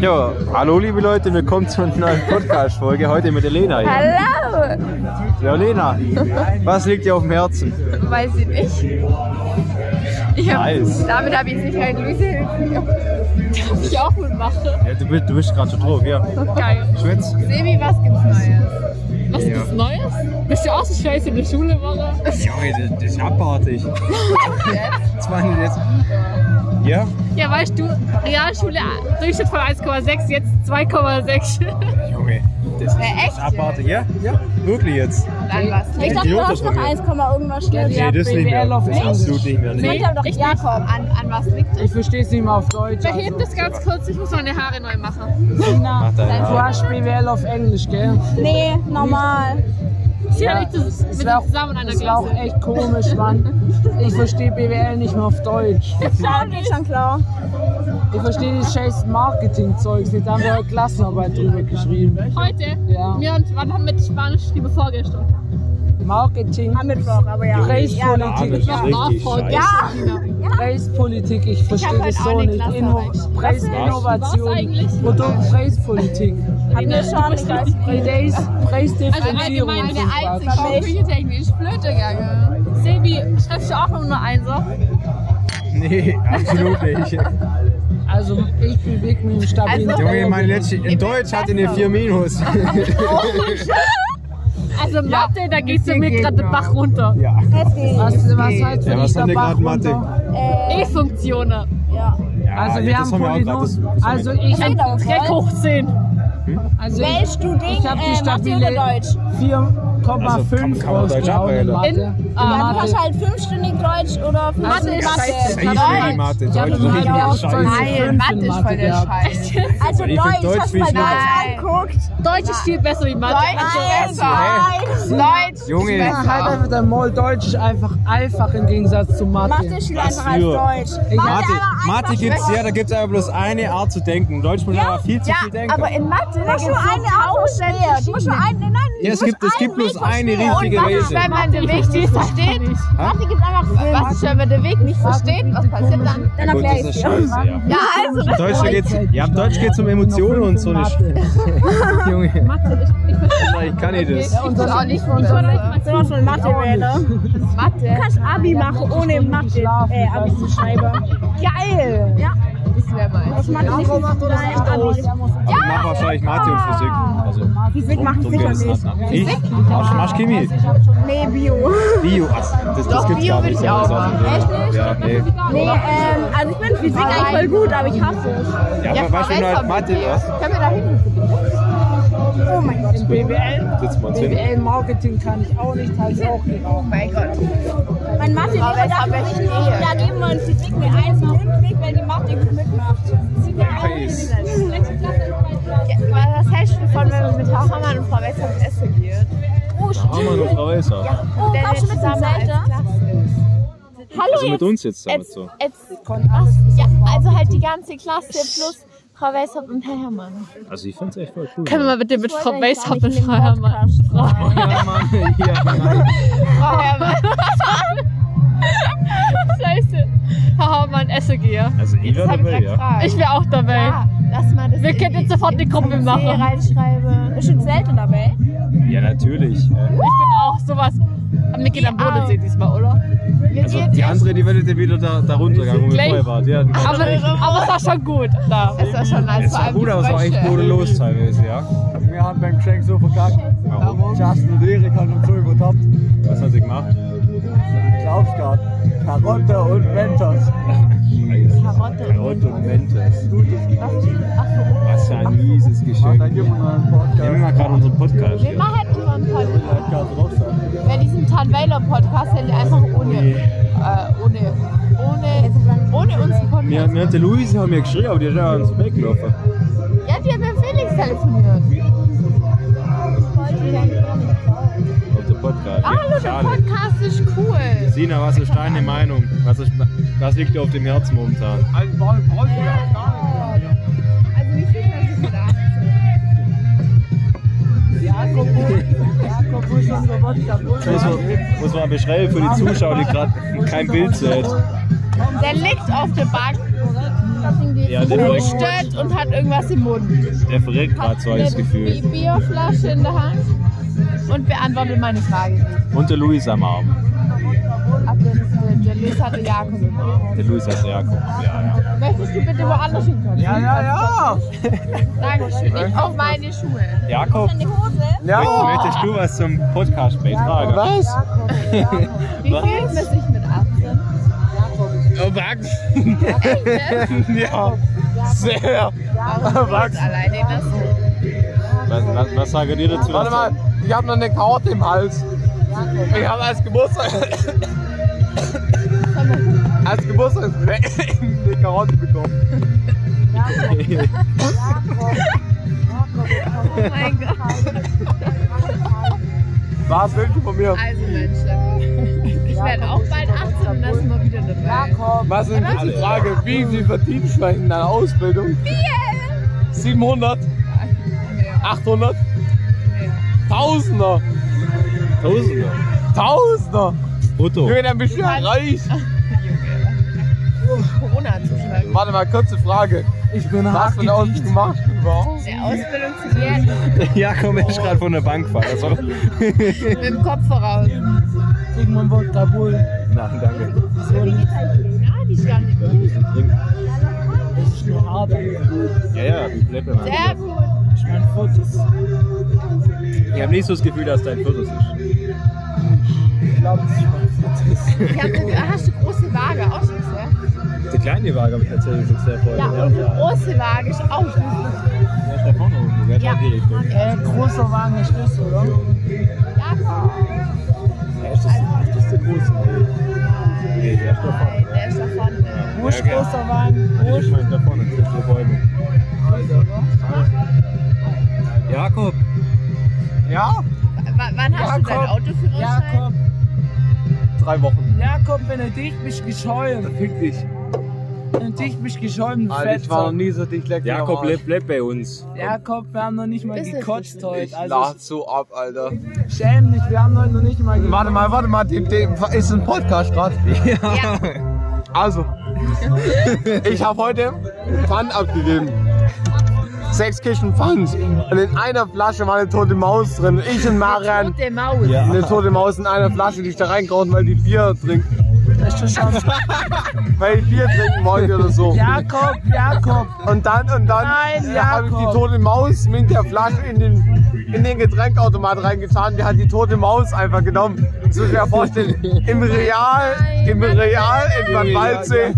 Ja, hallo liebe Leute, willkommen zu einer neuen Podcast-Folge. Heute mit Elena hier. Hallo! Ja, Elena, was liegt dir auf dem Herzen? Weiß ich nicht. Ich hab, Nice. Damit habe ich sicher ein Luise Darf ich auch mitmachen? Ja, du bist, du bist gerade schon drauf, ja. Geil. Schwitz? Sebi, was gibt's Neues? Was Ja. gibt's Neues? Bist du auch so scheiße in der Schule, Mara? Junge, das, das ist abartig. Das meine ich jetzt. Ja? Ja, weißt du, Realschule äh, Durchschnitt von 1,6, jetzt 2,6. Junge, das ist, Ja, das echt ist abartig. Ja? Ja? Wirklich jetzt? Dann was? Ich Nicht dachte, du Idiot, hast das noch war 1, irgendwas schnell. Nee, das nicht mehr. Das ist absolut nicht mehr. Ich habe doch Jakob. an, an was liegt es? Ich verstehe es nicht mehr auf Deutsch. also Beheb das ganz kurz, ich muss meine Haare neu machen. Nina, Mach deine du Haare. hast BWL auf Englisch, gell? Nee, normal. Sie ja, nicht das, mit Es wäre dir auch, zusammen in einer es wär auch Klasse. echt komisch, Mann. Ich verstehe BWL nicht mehr auf Deutsch. Ja, geht schon klar. Ich verstehe dieses scheiß Marketing-Zeugs nicht. Da haben wir heute Klassenarbeit drüber geschrieben. Heute? Ja. Wir und wann haben mit Spanisch die vorgestern? Marketing, Am Mittwoch, aber ja. Preispolitik. Ja, das ist richtig Nachfolge. scheiße. Preispolitik, ich verstehe hab das heute so auch eine nicht. Klassenarbeit. Inno Preisinnovation, Was eigentlich? Produktpreispolitik, Haben wir schon, ich weiß nicht. Preis, Also Preisdifferenzierung. allgemein und so eine was. einzige Küchentechnisch Flöte gegangen. Sebi, schreibst du auch noch nur eins auf? Nee, absolut nicht. Also ich bewege mich im stabilen Also- Junge, mein letzte. In Deutsch hatte eine 4 Minus. Also Mathe, da geht's ja mir gerade den Bach runter. Ja. Was, Heftig. was halt für Ja, was dich haben wir dabei gerade Mathe? runter? Äh, E-Funktionen. ja. Ja, Also ja, wir das haben auch grad, das- Polynom. das haben Also wir ich Geht habe auch, Dreck voll. hoch 10. also ich, Wählst du Ding, ich hab die äh, Mathe stabile oder Deutsch? 4,5 kann man Deutsch rausgehauen in abwählen? Mathe. In ah, Ja, du Mathe. hast halt fünfstündig Deutsch oder Also fünfstündig ich- Mathe. Ich will die Mathe. Ich Deutsch habe ist im richtig halben scheiße. Nein, Mathe ist voll der Scheiß. Also Ich find Deutsch, Deutsch hast du viel mal schlimmer. Deutsch angeguckt? Deutsch ist viel besser wie Mathe. Nein, besser. nein. Deutsch. Junge, Ja, halt einfach der Moll Deutsch ist einfach einfach im Gegensatz zu Mathe. Mathe ist viel Was einfacher als für- Deutsch. Ich Mathe, aber Mathe einfach gibt's, ja, schwächer. da gibt's aber bloß eine Art zu denken. In Deutsch muss man aber viel zu viel denken. aber in Mathe, da Du musst nur gibt's eine Antwort Du musst nur eine, nein, nein. ja, es gibt, es gibt bloß eine richtige Was ist, wenn Welt. man den Weg nicht versteht? Mathe gibt einfach, was ist, wenn man den Weg nicht versteht? Was passiert dann? Dann Gut, erklär das ich ist dir. scheiße, ja. Ja, also, In Deutsch da geht's, ja, im Deutsch geht's um Emotionen und so nicht. Junge, Mathe, ich, ich verstehe ich kann nicht das. ich auch nicht. Ich war nicht Sind wir schon Mathe-Wähler? Mathe. Du kannst Abi machen ohne Mathe. Äh, Abi zu schreiben. Geil! Ja, Das wäre mal. das Mathe nicht. Nein, Abi. Aber ich mache wahrscheinlich Mathe und Physik. Also, Physik mache ich sicher nicht. halt Ich? Machst machst Chemie? Nee, Bio. Bio, ach, das, das gibt's Bio gar würde nicht. ich auch Das ist aus dem Film. Ja, nee. Nee, ähm, also ich bin Physik eigentlich voll gut, aber ich hasse es. Ja, aber weißt du, wenn du halt Mathe, was? Können wir da hinten? Oh mein Gott. In BWL, Sitzen wir uns hin. BWL Marketing kann ich auch nicht, habe ich auch geraucht. Mein Gott. Mein Mathe Aber aber jetzt haben da, wir Schnee. da geben wir in Physik eine 1 nicht, weil die Mathe mitmacht. Nice. Was hältst du davon, wenn wir mit Hauchermann und Frau Wechsel ins Essen gehen? Oh, Da haben wir noch Frau Elsa. oh Denn kommst du jetzt mit zum zusammen als Zelter? Klasse. Also mit uns jetzt damit Jetzt, so. jetzt, was? Ja, also halt die ganze Klasse plus Frau Weishaupt und Herr Herrmann. Also ich find's echt voll cool. Können wir mal bitte mit Frau Weishaupt und Frau Herrmann? Hermann. Ja, Mann, ja, Mann. Frau Herrmann. Scheiße. Herr Herrmann, esse gehe. Also ich Das werde habe ich dabei, gerade ja. gefragt. Ich wäre auch dabei. Ja, lass mal das Wir können jetzt sofort eine Gruppe C machen. reinschreiben. Ist schon Zelte dabei? Ja, natürlich. Ich bin auch sowas. Aber wir gehen am Bodensee diesmal, oder? Wir Also gehen die echt- andere, die werdet ihr wieder da, da runtergegangen, wo wir Gleich. vorher wart. Ja, das Aber, aber es war schon gut. Da. Das war schon nice. es vor sah allem gut die aus, war echt Frösche. bodenlos teilweise, ja. Wir haben beim Geschenk so verkackt. Warum? Justin und Erik haben uns so übertoppt. Was hat sie gemacht? Glaubst gar nicht. Karotte und Mentos. Karotte, Karotte und Mentes. Gutes Geschenk. Was für ein mieses Mann, da Geschenk. gibt man einen Nehmen wir mal Podcast. gerade unseren Podcast. Wir Ja. machen immer einen Podcast. Podcast drauf sein. Wer diesen Tan Wailer Podcast hätte, einfach ohne, äh, ohne, ohne, ohne unseren Mir, Podcast. mir hat der Luis haben mir geschrieben, aber die ist ja ans Bett gelaufen. Ja, die haben mit Felix telefoniert. Auf dem Podcast. Hallo, Ah, der Schade. Podcast ist cool. Sina, was ist deine Meinung? Was, ist, was liegt dir auf dem Herzen momentan? Ein Ball brauchst du ja Also, wie viel das ist da? Jakob, Jakob, wo ist unser Wodka? Wo ist Muss man, muss man beschreiben für die Zuschauer, die gerade kein Bild sehen. Der liegt auf der Bank. Ja, der verrückt, Stört und hat irgendwas im Mund. der verrückt gerade, so habe ich das Eine Gefühl. Bierflasche in der Hand und beantwortet meine Frage nicht. Und der Luis am Arm. Ab der, der Luis hatte Jakob im Arm. Der Luis hat Jakob. Ja, ja. Möchtest du bitte woanders hinkommen? Ja, ja, ja. Dankeschön. Nicht auf meine Schuhe. Jakob, Ja. möchtest du was zum Podcast beitragen? Was? Wie fühlt man sich mit 18? Erwachsen. ja. Sehr. Warum Wachs. alleine das? Was, was, was sagen die dazu? Warte mal, ich habe noch eine Karotte im Hals. Ich habe als Geburtstag, als Geburtstag eine Karotte bekommen. Oh mein Gott. War es wirklich von mir? Also Menschen, ich werde auch bald 18 und das immer wieder dabei. Was ist denn die Frage? Wie viel verdienst du eigentlich in deiner Ausbildung? Viel! 700? 800? Tausender? Tausender. Tausender? Brutto. Junge, dann bist du ja reich. Corona-Zuschlag. Warte mal, kurze Frage. Ich bin Was hart für eine Ausbildung gemacht überhaupt? Der Ausbildung zu gehen Jakob ist gerade von der Bank gefahren. Also, mit dem Kopf voraus. gegen mein Wodka Bull. nein, danke. Ja, die stand Ich bin nur hart. Mein Ja, ja, ich bleib immer. sehr gut. Wort ist. Ich habe nicht so das Gefühl, dass dein Fotos ist. Ich glaube, das ist mein Wort ist. Ich hab eine, hast du große Waage auch schon gesehen? Die kleine Waage habe ich tatsächlich schon sehr voll. Ja, und eine große Waage ist auch schon. Der ist da vorne unten, der ist Ja. in die Richtung. Äh, großer Wagen ist das, oder? Jakob, Der ist das, ist das der große. Nee, der ist da vorne. nein, der ne? ist äh, da vorne. Wo ist genau. großer Wagen? Der ist da vorne zwischen den Bäumen. Jakob, Ja? W wann hast du deinen Jakob. Autoführerschein? Jakob. Drei Wochen. Jakob, wenn er dich bist geschäumt. Fick dich. Wenn du dich bist geschäumt, Alter, ich war noch nie so dicht leck mir am Jakob Arsch. lebt, lebt bei uns. Jakob, wir haben noch nicht mal Bisschen gekotzt Ich heute. Also lach so ab, Alter. schäm dich, wir haben heute noch nicht mal gekotzt. Warte mal, warte mal, dem, dem, ist ein Podcast gerade. Ja. Also, ich habe heute Pfand abgegeben. Sechs Kisten Pfand. Und in einer Flasche war eine tote Maus drin. Ich und Marian. Rote Maus. Eine tote Maus in einer Flasche, die ich da reingehauen, weil die Bier trinkt. Das ist schon schade. Weil ich Bier trinken wollte oder so. Jakob, Jakob. Und dann, und dann Nein, habe ich Jakob. die tote Maus mit der Flasche in den, in den Getränkautomat reingetan. Die hat die tote Maus einfach genommen. Das muss ich mir vorstellen. Im Real, im Real in Bad Waldsee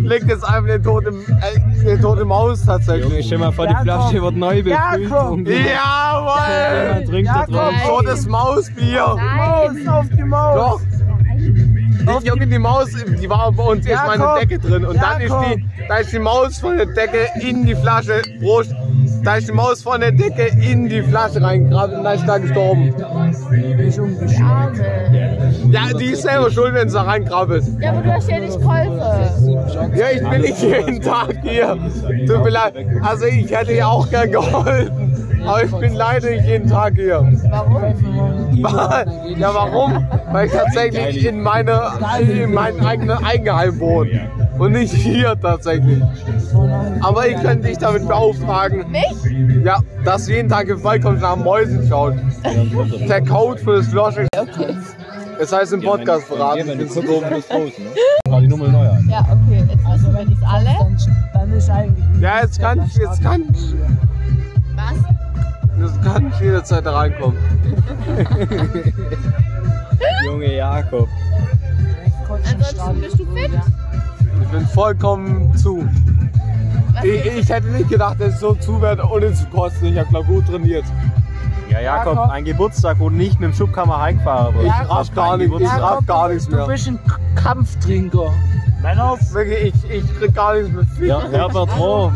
liegt jetzt einfach eine tote, äh, eine tote Maus Junge, tatsächlich. stell mal vor, die Jakob. Flasche wird neu befüllt. Jakob. und Jawohl! Jemand trinkt da Jakob. drauf. Totes Mausbier! Maus auf die Maus. Doch! Ich Junge, die Maus, die war bei uns erst mal in der Jakob. Decke drin. Und dann ist, Jakob. die, da ist die Maus von der Decke in die Flasche. Prost! Da ist die Maus von der Decke in die Flasche reingegraben und dann ist da gestorben. Ja, die ist selber schuld, wenn sie da reinkrabbelt. Ja, aber du hast ja nicht geholfen. Ja, ich bin nicht jeden Tag hier. Tut mir leid. Also ich hätte ja auch gern geholfen. Aber ich bin leider nicht jeden Tag hier. Warum? Ja, warum? Weil ich tatsächlich in, meine, in meinem eigenen Eigenheim wohne. Und nicht hier tatsächlich. Aber ich könnte dich damit beauftragen, Mich? ja, dass du jeden Tag im Wald kommst und nach Mäusen schaut. Der Code für das Losch ist. Das heißt im Podcast verraten. Wenn Ich du bin so guckst, dumm. ist raus, ne? War die Nummer neu an. Ja, okay. Jetzt wissen wir das alle. Dann, dann ist eigentlich. Ja, jetzt kann ich, jetzt kann ich. Was? Das kann ich jederzeit da reinkommen. Junge Jakob. Ansonsten bist du fit? Ich bin vollkommen zu. Was Ich, ich hätte nicht gedacht, dass ich so zu werde, ohne zu kosten. Ich habe glaube gut trainiert. Ja, Jakob, Jakob. ein Geburtstag, wo du nicht mit dem Schubkammer heimgefahren Ich wirst. raff gar Ein nichts, ich Geburtstag. raff gar nichts Du mehr. bist ein K- Kampftrinker. Wirklich, ich, ich krieg gar nichts mehr. Ja, Herbert Rohr.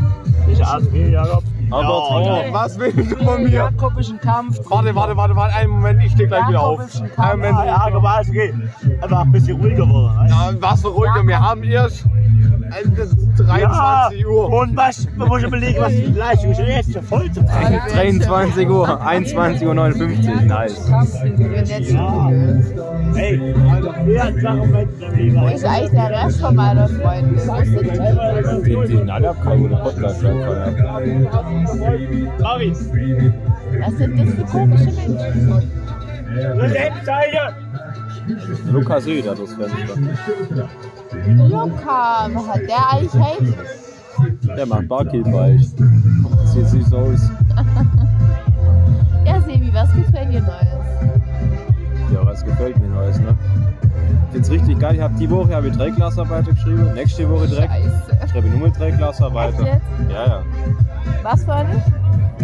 Herbert Rohr. Was willst du von mir? Jakob ist ein Kampftrinker. Warte, warte, warte, warte, einen Moment, ich steh gleich wieder Jakob auf. ist ein Einen Moment. Kampftrinker. Ja, was ruhiger, wir haben erst äh, Ende 23 Uhr. Und was, man muss überlegen, was die Leistung ist. Jetzt ist ja voll zu bringen. 23 Uhr, 21.59 Uhr, nice. Ey, ja, darum wird es dann wieder. Ist eigentlich der Rest von meiner Freunde. Bobby, Was sind das für komische Menschen? Rennseite! Lukas Süd hat das Fenster. Luca, was hat der eigentlich Hate? Der macht Barkeeper. Ich zieh sie so aus. Ja, Sebi, was gefällt dir Neues? Ja, was gefällt mir Neues, ne? Find's richtig geil. Ich hab die Woche hab ich drei Klassenarbeiten geschrieben. Nächste Woche direkt. Scheiße. Ich schreibe nur mal drei Klassenarbeiten. Echt Ja, ja. Was für eine?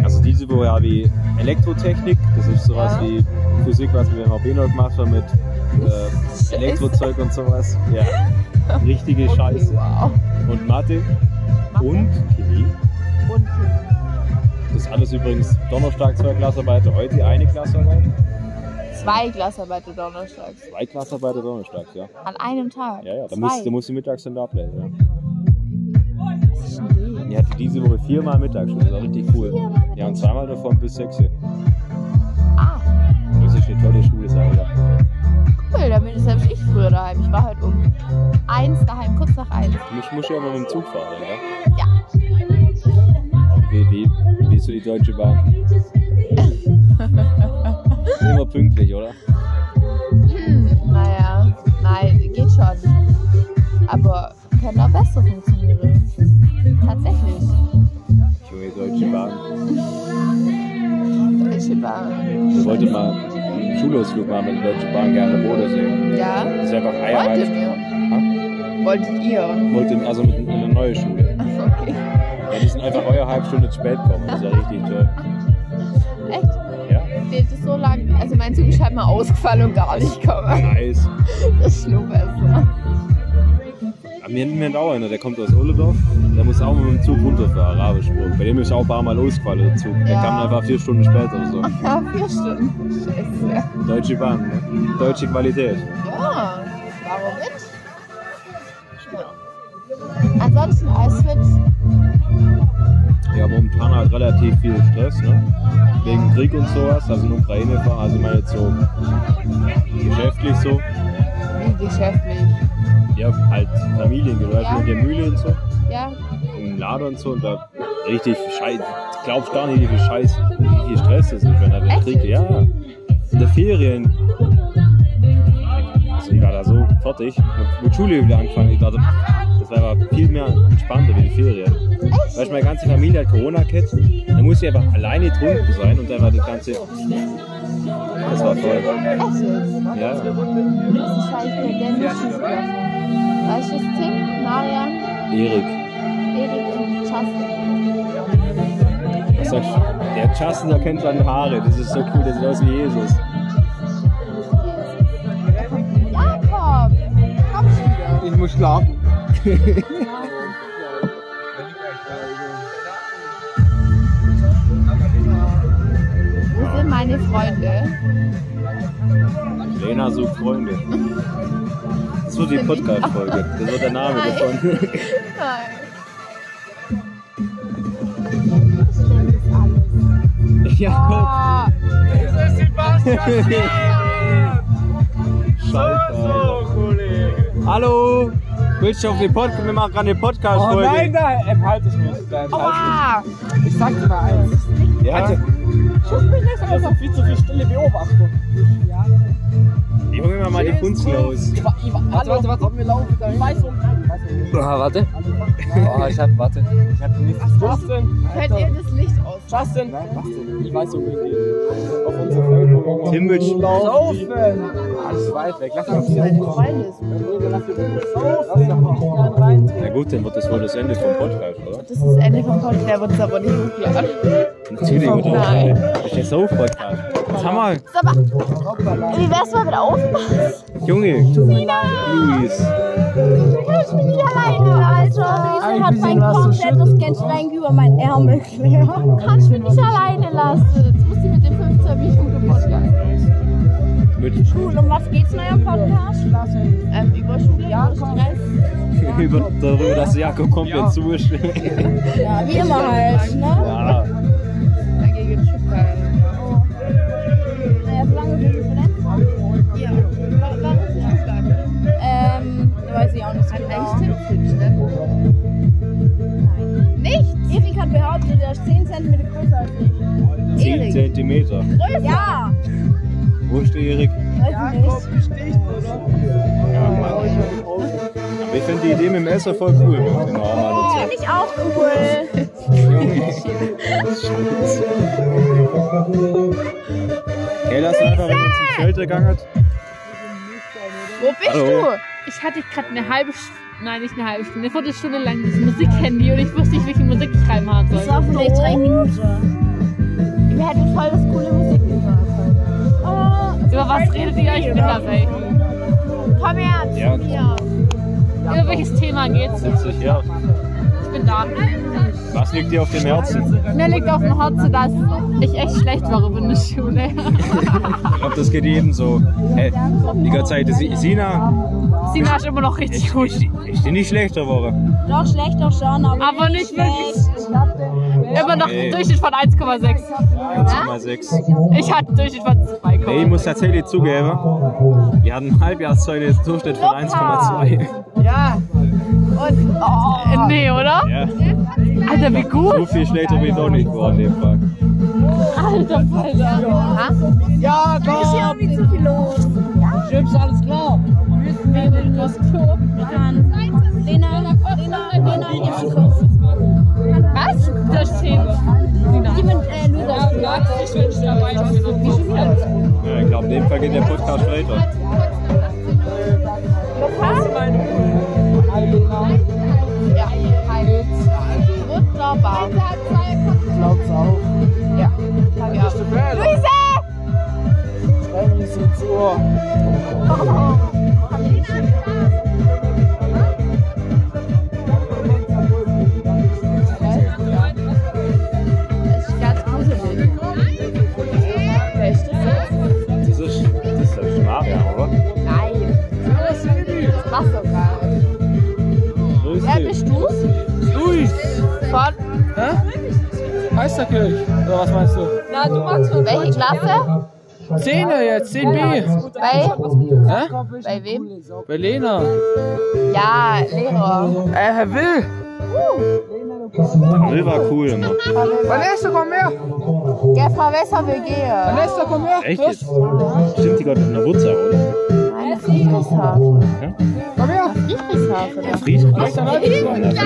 Also diese Woche habe ich Elektrotechnik. Das ist sowas Ja. wie Physik, was wir beim Rabino gemacht haben mit äh, Elektrozeug und sowas. Ja. Richtige Scheiße. Wow. Und Mathe. Und Chemie. Und Das ist alles übrigens Donnerstag zwei Klassenarbeiten, heute eine Klassenarbeit. zwei Glasarbeiter donnerstags. Zwei Klassenarbeiten Donnerstag, ja. An einem Tag. Ja, ja, da Zwei. musst, da musst du mittags dann da ablesen, ja. Ich hatte diese Woche viermal mittags schon, das war richtig cool. Ja, und zweimal davon bis sechs. hier. ah, Das ist eine tolle Schule, sag ich ja. cool, damit ist selbst ich früher daheim. Ich war heute um eins daheim, kurz nach eins. Ich muss ja immer mit dem Zug fahren, ja. Ja, Auch wie, wie, wie ist so die Deutsche Bahn? immer pünktlich, oder? hm, naja, nein, geht schon. Aber können auch besser funktionieren. Tatsächlich. Junge Deutsche Bahn. Deutsche Bahn. Ich wollte mal einen Schulausflug machen mit der Deutschen Bahn gerne Bode sehen. Ja, Das ist einfach wolltet Eierreich. ihr? Wolltet ihr? Wollte also mit in eine neue Schule. Okay. Ja, die sind einfach eineinhalb Stunden zu spät gekommen. Das ist ja richtig toll. Echt? Ja, Fehlt es so lange? Also mein Zug ist halt mal ausgefallen und gar nicht gekommen. nice. Das ist nur besser. Aber wir haben einen auch einer, der kommt aus Oledorf. Der muss auch mit dem Zug runterfahren, Rabeschburg. Bei dem ist auch ein paar Mal ausgefallen, der Zug. Der Ja. kam einfach vier Stunden später oder so. Ja, vier Stunden. Scheiße. Deutsche Bahn, ne? Deutsche Qualität. Ja, warum nicht? Ansonsten Eisfit. Ja, momentan halt relativ viel Stress, ne? Wegen Krieg und sowas. Also in der Ukraine war, also ich meine jetzt so geschäftlich so. Wie geschäftlich. Ja, halt Familiengeläufe Ja. in der Mühle und so. Ja, im Lader und so und da richtig Scheiß. Glaubst gar nicht, wie viel Scheiß, wie viel Stress das ist, wenn er den Echt kriegt. jetzt? Ja, in der Ferien. Also ich war da so fertig. Mit, mit Schule wieder angefangen. Ich dachte, das war aber viel mehr entspannter wie die Ferien. Weißt du, meine ganze Familie hat corona gehabt. Da muss ich einfach alleine drunten sein und einfach das ganze. Das war toll. echt jetzt. Ja, Das ist halt der Dennis überfallen. Weißt du, es Tim, Marian, Erik. Erik und Justin. Was sagst du? Der Justin erkennt seine Haare. Das ist so cool, der sieht aus wie Jesus. Jakob! Komm schon wieder. Ich muss schlafen. Wo sind meine Freunde? Lena sucht Freunde. Das wird die Podcast-Folge. Das wird der Name davon. Nein. Ja, Ah, Das ist Sebastian! Stan. scheiße. So, Kollege. Hallo! Willst du auf den Podcast? Wir machen gerade eine Oh Podcast-Folge. nein, nein, ähm, halt es nicht. Nein, halt ah, es nicht. Ich sag dir mal eins. Ja. Schuss mich nicht, aber es ist viel zu viel stille Beobachtung. Ja. Ich hol mir mal die Funzen raus. Ich war, ich war, warte, warte, warte. Komm, wir laufen da Ich weiß, wo Ah, warte. Oh, ich hab, warte. Ich hab nichts. Justin, könnt ihr das Licht aus? Justin. Ich weiß, wo wir gehen. Auf unsere Folge. Tim will Laufen! Ah, das ist weit weg. Lass uns hier. Meine Freunde ist Na gut, dann wird das wohl das Ende vom Podcast, oder? Das ist das Ende vom Podcast, der wird uns aber nicht hochladen. Natürlich wird das Oh Nein. Ende. Das ist der Sauf-Podcast. Was haben wir? So, aber, wie wär's mal mit Aufmachen? Junge. Luis. Ich bin nicht alleine, Alter. Ein Ich Also, hat mein bisschen was zu komplettes Getränk über meinen Ärmel geklärt. Also, Kannst du mich nicht alleine lassen? Jetzt muss ich mit den 15 mich gut im Podcast. mit Cool, um was geht's in eurem Podcast? Ähm, über Schule, über Stress. über, darüber, dass Jakob komplett ja. zu ist. Ja, wie immer halt, ne? ja. Dagegen Schuppen. Naja, solange wir vernetzt Ja. Wa- Warum Stuttgart? Ähm, weiß ich auch nicht so Hat genau. eigentlich Tim Fitzgerald. Nichts! Erik hat behauptet, er ist 10 cm größer als ich. 10 Erik. Zentimeter. Ja! Wo ist der Erik? Weiß ich nicht. Ja, Mann. Aber ich finde die Idee mit dem Esser voll cool. Genau, Mann. Finde ich auch cool. Ey, lass einfach, wenn man zum Shelter gegangen hat. Wo bist Hallo. du? Ich hatte gerade eine halbe Sch- Nein, nicht eine halbe Stunde, eine Viertelstunde lang dieses Musikhandy und ich wusste nicht, welche Musik ich reinmachen soll. Das war vielleicht drei Minuten. Wir hätten voll das coole Musik gemacht. Über was redet ihr? Ich bin dabei. Oh, komm her zu Ja. mir. Über welches Thema geht's? Setz dich her. Ich bin da. Was liegt dir auf dem Herzen? Mir liegt auf dem Herzen, dass ich echt schlecht war über eine Schule. Ich glaube, das geht jedem so. Hey, die ganze Zeit, Si- Sina, Sina ist immer noch richtig gut. ich, ich bin nicht schlechter Woche. Doch schlecht, doch schon, aber, Aber nicht wirklich. Immer noch Nee. Durchschnitt von 1,6. 1,6. Ich hatte einen Durchschnitt von 2,6. Ey, ich muss tatsächlich zugeben, wir hatten einen Halbjahreszeug, der jetzt Durchschnitt von 1,2. Ja. Und oh, Äh, Nee, oder? Ja, Alter, wie so gut. viel schlechter bin ich doch nicht geworden, in dem Fall. Alter, Alter. Ja, ist hier komm! irgendwie zu viel los. Chips, alles klar! Lena, Lena, Lena, hier ist die Kurve. Was? Das Thema. Die mit äh, Luda. Ja, ich glaube, in dem Fall geht der Podcast weiter. ja. Wunderbar. Glaubt's auch. Ja. Hab ich auch. Wenn ich so zur. Das ist ganz gruselig. Wer ist das? Das ist, das ist Maria, oder? Nein. Das war's sogar. Grüß Wer dich. bist du? Luis! Von Hä? Eisterkirch? Oder was meinst du? welcher Klasse? 10 jetzt, 10b! Bei, Hä? bei wem? Bei Lena! Ja, Lehrer. Äh, Herr Will! Will war cool immer. Vanessa, komm her! Gell, Frau Wesser, wir gehen. Vanessa, komm her! Echt Los, jetzt? Stimmt die gerade in der Wurzel, oder? Nein, Friedrichshafen. Komm her! Friedrichshafen, ja. Friedrich?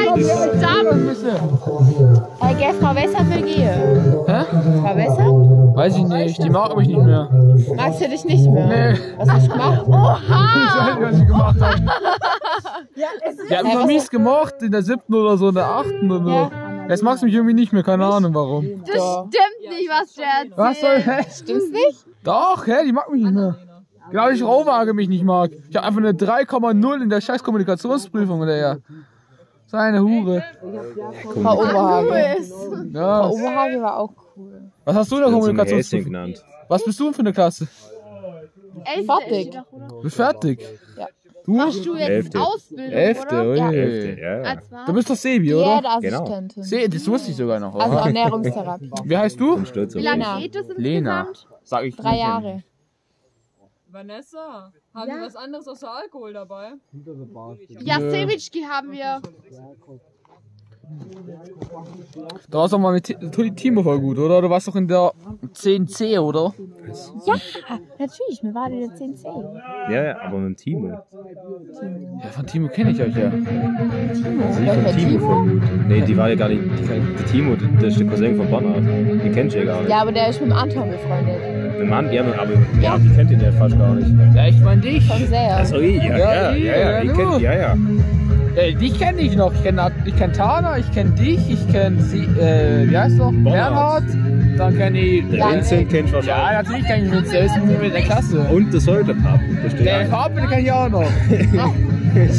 Hey, gell, Frau Wesser, wir gehen. Hä? Frau Wesser? Weiß ich nicht, die mag mich nicht mehr. Magst du dich nicht mehr? Nee, Was hast du gemacht? ich Oha! weiß nicht, was sie gemacht hat. Die hat mich mal mies gemacht in der siebten oder so, in der achten oder so. Jetzt magst du mich irgendwie nicht mehr, keine Ahnung warum. Das stimmt nicht, was der erzählt. Was soll das? Stimmt's nicht? Doch, hä, die mag mich nicht mehr. Genau wie ich Raumage mich nicht mag. Ich hab einfach eine 3,0 in der scheiß Kommunikationsprüfung oder ja. Seine Hure. Frau Oberhage. Ja. Frau Oberhage war auch cool. Was hast du in der Kommunikation Kommunikationsprüfung? genannt. Was bist du für eine Klasse? Fertig. Du bist fertig. Ja. Du? Du jetzt Elfte. Ausbildung, Elfte, oder? ui. Elfte, ja. ja. Als war? Du bist doch Sebi, oder? Diätassistentin. Se, das wusste ich sogar noch. Also Oder? Ernährungstherapie. Genau. Wie heißt du? Bin stolz auf Wie lange dich. geht das insgesamt? Lena. Sag ich Drei Jahre. Vanessa, haben wir was anderes außer Alkohol dabei? Ja, Sewitschki haben wir. Da warst du doch mal mit Ti- Timo voll gut, oder? Du warst doch in der 10C, oder? Natürlich, mir war der 10C. Ja, ja, aber mit dem Timo. Ja, von Timo kenne ich euch ja. Sie von Welcher Timo voll gut. Nee, die war ja gar nicht. Die, der Timo, der ist der Cousin von Bernhard. Den kennt ihr ja gar nicht. Ja, aber der ist mit dem Anton befreundet. Der Mann, ja, aber ja, die kennt ihn ja fast gar nicht. Ja, ich meine dich. Schon sehr. Achso, ja, ja, ja, ja, Ja, ja, du. kennt, ja, ja. Äh, dich kenne ich noch. Ich kenne ich kenn Tana, ich kenne dich, ich kenne sie, äh, wie heißt noch? Bernhard. Bernhard. Dann kenne ich. Der Ja, Vincent kennt Ja, wahrscheinlich. natürlich kenne ich uns. Der ist mit der Klasse. Und der Säulepap. Der steht Der Oh, ja. Fabian kenne ich auch noch. Ah.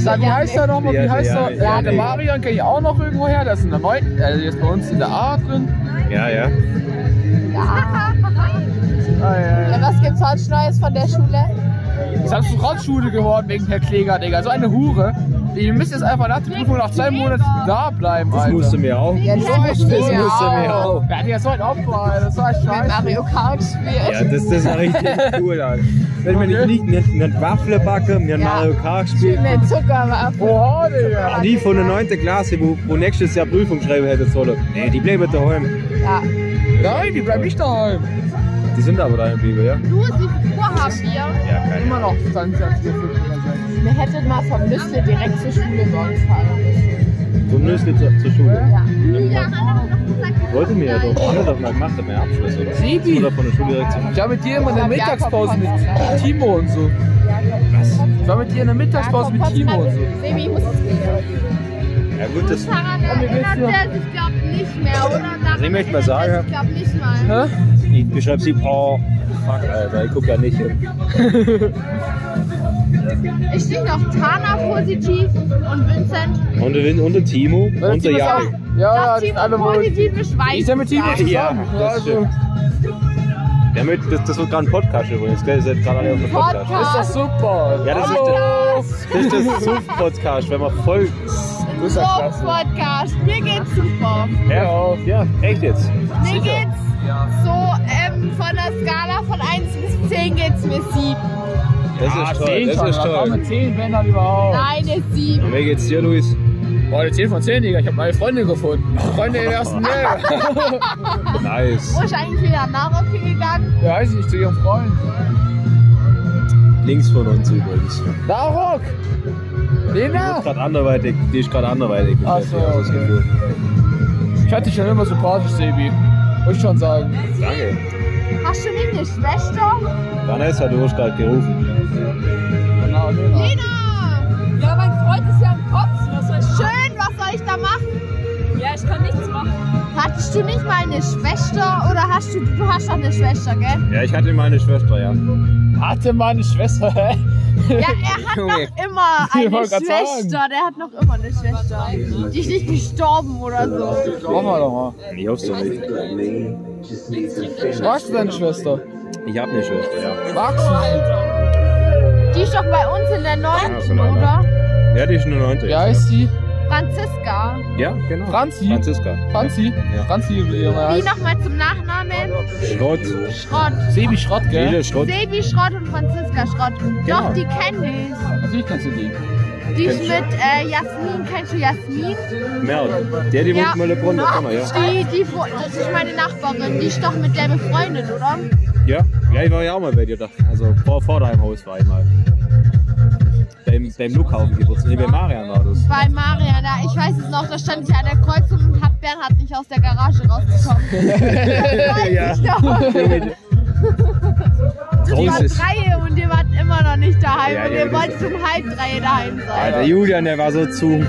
Dann, wie heißt er nochmal? Wie Ja, heißt ja, er? ja, Ja, der nee. Marion kenne ich auch noch irgendwo her. Der ist in der 9. Also jetzt bei uns in der A drin. Ah, Ja, ja. Ja. Ja, was gibt's heute Neues von der Schule? Ist das Rotzschule geworden wegen Herr Kläger, Digga. So eine Hure. Ihr müsst jetzt einfach nach der Prüfung nach zwei Monaten da bleiben, Das Alter. musste mir auch. Ja, das musst du Das musste mir auch. Ja, Digga, so ein Opfer, Alter. Das war Mit scheiße. Mario Kart spielt. Ja, das, das war richtig cool, Alter. Wenn man nicht Okay. liegt, nennt man Waffle backen, nennt Ja. Mario Kart spielen. Mit Zuckerwaffen. Oha, Digga. Die von der 9. Klasse, wo, wo nächstes Jahr Prüfung schreiben hätte sollen. Nee, die bleiben daheim. Ja. Nein, die bleiben nicht daheim. Die sind aber daheim geblieben, ja? Du, sie vorhaben wir. Ja, keine Immer Ahnung. noch 20,45. Wir hätten mal vom Nüssle direkt zur Schule morgen fahren müssen. Du nimmst jetzt zur Schule. Ja. Wollte mir ja doch. Haben wir doch mal gemacht, haben wir Abschluss, oder? Sibi. Oder von der Schule direkt zum Ich war mit dir immer in der Mittagspause mit Timo und so. Ich war mit dir in der Mittagspause mit Timo und so. Sebi, ich muss es gehen. Ja, gut, das. Daran erinnert er sich, glaube ich, nicht mehr, oder? Daran Also ich möchte mal erinnert sagen- er sich, glaube nicht mal. Hä? Ich beschreibe sie. Oh, fuck, Alter, ich guck da nicht hin. Ich stehe noch Tana positiv und Vincent. Und der, Win- und der Timo Ja, und der Timo ist Jari. auch- Ja, das das Team ist alle wohl. positiv ist Ich bin weiß. mit Timo Ja, zusammen. das also, stimmt. Damit, das, das wird gerade ein Podcast übrigens, gell? Ihr seid gerade alle auf dem Podcast. ist das super. Ah, Ja, das ist der- Das ist das Suff-Podcast, wenn man voll. Du bist ja klasse. Podcast. Mir geht's super. Ja, ja, echt jetzt. Mir geht's so ähm, von der Skala von 1 bis 10 geht's mir 7. Das Ah, ist toll, zehn das schon, ist was haben wir? toll. Zehn Bänder überhaupt. Nein, ist 7. Und wie geht's dir, Luis? Boah, eine 10 von 10, Digga. Ich hab meine Freundin gefunden. Freunde im ersten Lehrjahr. Nice. Wo ist eigentlich wieder Naroki gegangen? Ja, weiß ich nicht, zu ihrem Freund. Links von uns übrigens. Da, Rock! Lena! Gerade anderweitig, die ist gerade anderweitig. Ach so, beschäftigt, hab ich das okay. Gefühl. Ich hatte dich schon immer sympathisch, Sebi. Muss ich schon sagen. Danke. Hast du nicht eine Schwester? Vanessa, du hast gerade gerufen. Genau, Lena. Ja, mein Freund ist ja im Kopf. Was soll ich Schön, was soll ich da machen? schon? Ja, ich kann nichts machen. Hattest du nicht mal eine Schwester oder hast du, du hast doch eine Schwester, gell? Ja, ich hatte mal eine Schwester, ja. Hatte meine Schwester, hä? Ja, er hat Junge. noch immer Ich eine wollte grad Schwester. Der hat noch immer eine Schwester. Die ist nicht gestorben oder so. Machen wir doch mal. Ich hoffe so nicht. Magst du deine Schwester? Ich habe eine Schwester, ja. Magst du? Die ist doch bei uns in der 9. ne? Ja, oder? Ja, die ist eine 90. Wie heißt sie? Franziska. Ja, genau. Franzi? Franziska. Franzi? Ja. Franzi, wie immer Wie heißt. nochmal zum Nachnamen? Schrott. Schrott. Sebi Schrott, gell? Jeder Schrott. Sebi Schrott und Franziska Schrott. Genau. Doch, die kennen ich. Also Natürlich kennst du die. Die ist Kenn ich. mit äh, Jasmin. Kennst du Jasmin? Merl. Der, die wohnt mal in der Kammer, ja. Die, die, wo- das ist meine Nachbarin. Die ist doch mit der befreundet, oder? Ja. Ja, ich war ja auch mal bei dir da. Also vor, vor deinem Haus war ich mal. Beim, beim Luca auf dem Geburtstag. Nee, bei Marian war das. Bei Maria da. Ich weiß es noch, da stand ich an der Kreuzung und hab Bernhard nicht aus der Garage rausgekommen. das weiß ich noch. Das war Großes. drei und ihr wart immer noch nicht daheim. Ja, und ja, ihr das wolltet ist- um halb drei daheim sein. Alter, Julian, der war so zu.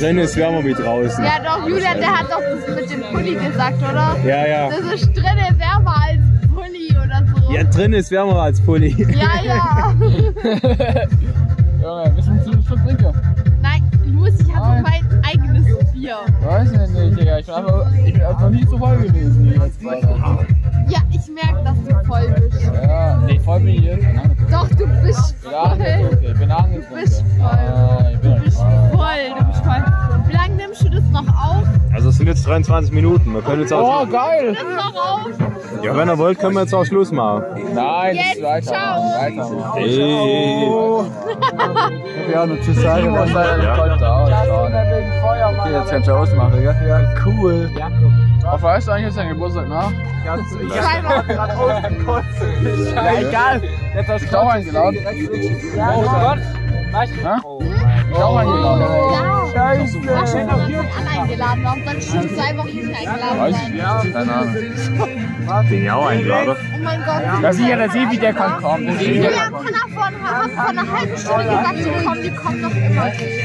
Drin ist wärmer wie draußen. Ja doch, Julian, der hat doch das mit dem Pulli gesagt, oder? Ja, ja. Das ist drinne wärmer als Pulli oder so. Ja, drin ist wärmer als Pulli. Ja, ja. Ja, wir sind ein Schluck Trinker. Nein, Louis, ich habe mein eigenes Bier. Weiß ich nicht, Digga. Ich bin einfach, ich bin einfach noch nie so voll gewesen. die ganze Zeit. Ja, ich merke, dass du voll bist. Ja, nee, voll bin ich jetzt. Doch, du bist Ich bin voll. angetrunken. Okay, ich bin angetrunken. bist voll. Ah, ich bin Du bist voll, du bist voll. Wie lange nimmst du das noch auf? Also es sind jetzt 23 Minuten. Wir können jetzt Oh, auch. geil! Das noch auf? Ja, wenn ihr wollt, können wir jetzt auch Schluss machen. Nein, das Jetzt, ist weiter. ciao. Weiter. Ey. Ja, nur zu sagen, Timo was ist leider nicht heute da. okay, jetzt kannst du ausmachen, ja? Ja, cool. Was weißt du eigentlich, ist dein Geburtstag ne? nach? Zwei Wochen. Ja, egal. Jetzt hast Ich auch eingeladen. Oh Gott. Ich auch eingeladen. Ja. War schon Scheiße. von Anfang an eingeladen. Warum sollst du schon zwei Wochen nicht eingeladen Weiß ich sein? nicht. Keine Ahnung. Bin ja auch eingeladen. Oh mein Gott. Das ist ja der Sebi, der kann kommen. Der Sebi, Wir der kann haben von einer, von, von einer halben Stunde gesagt, die kommen, die kommen doch immer.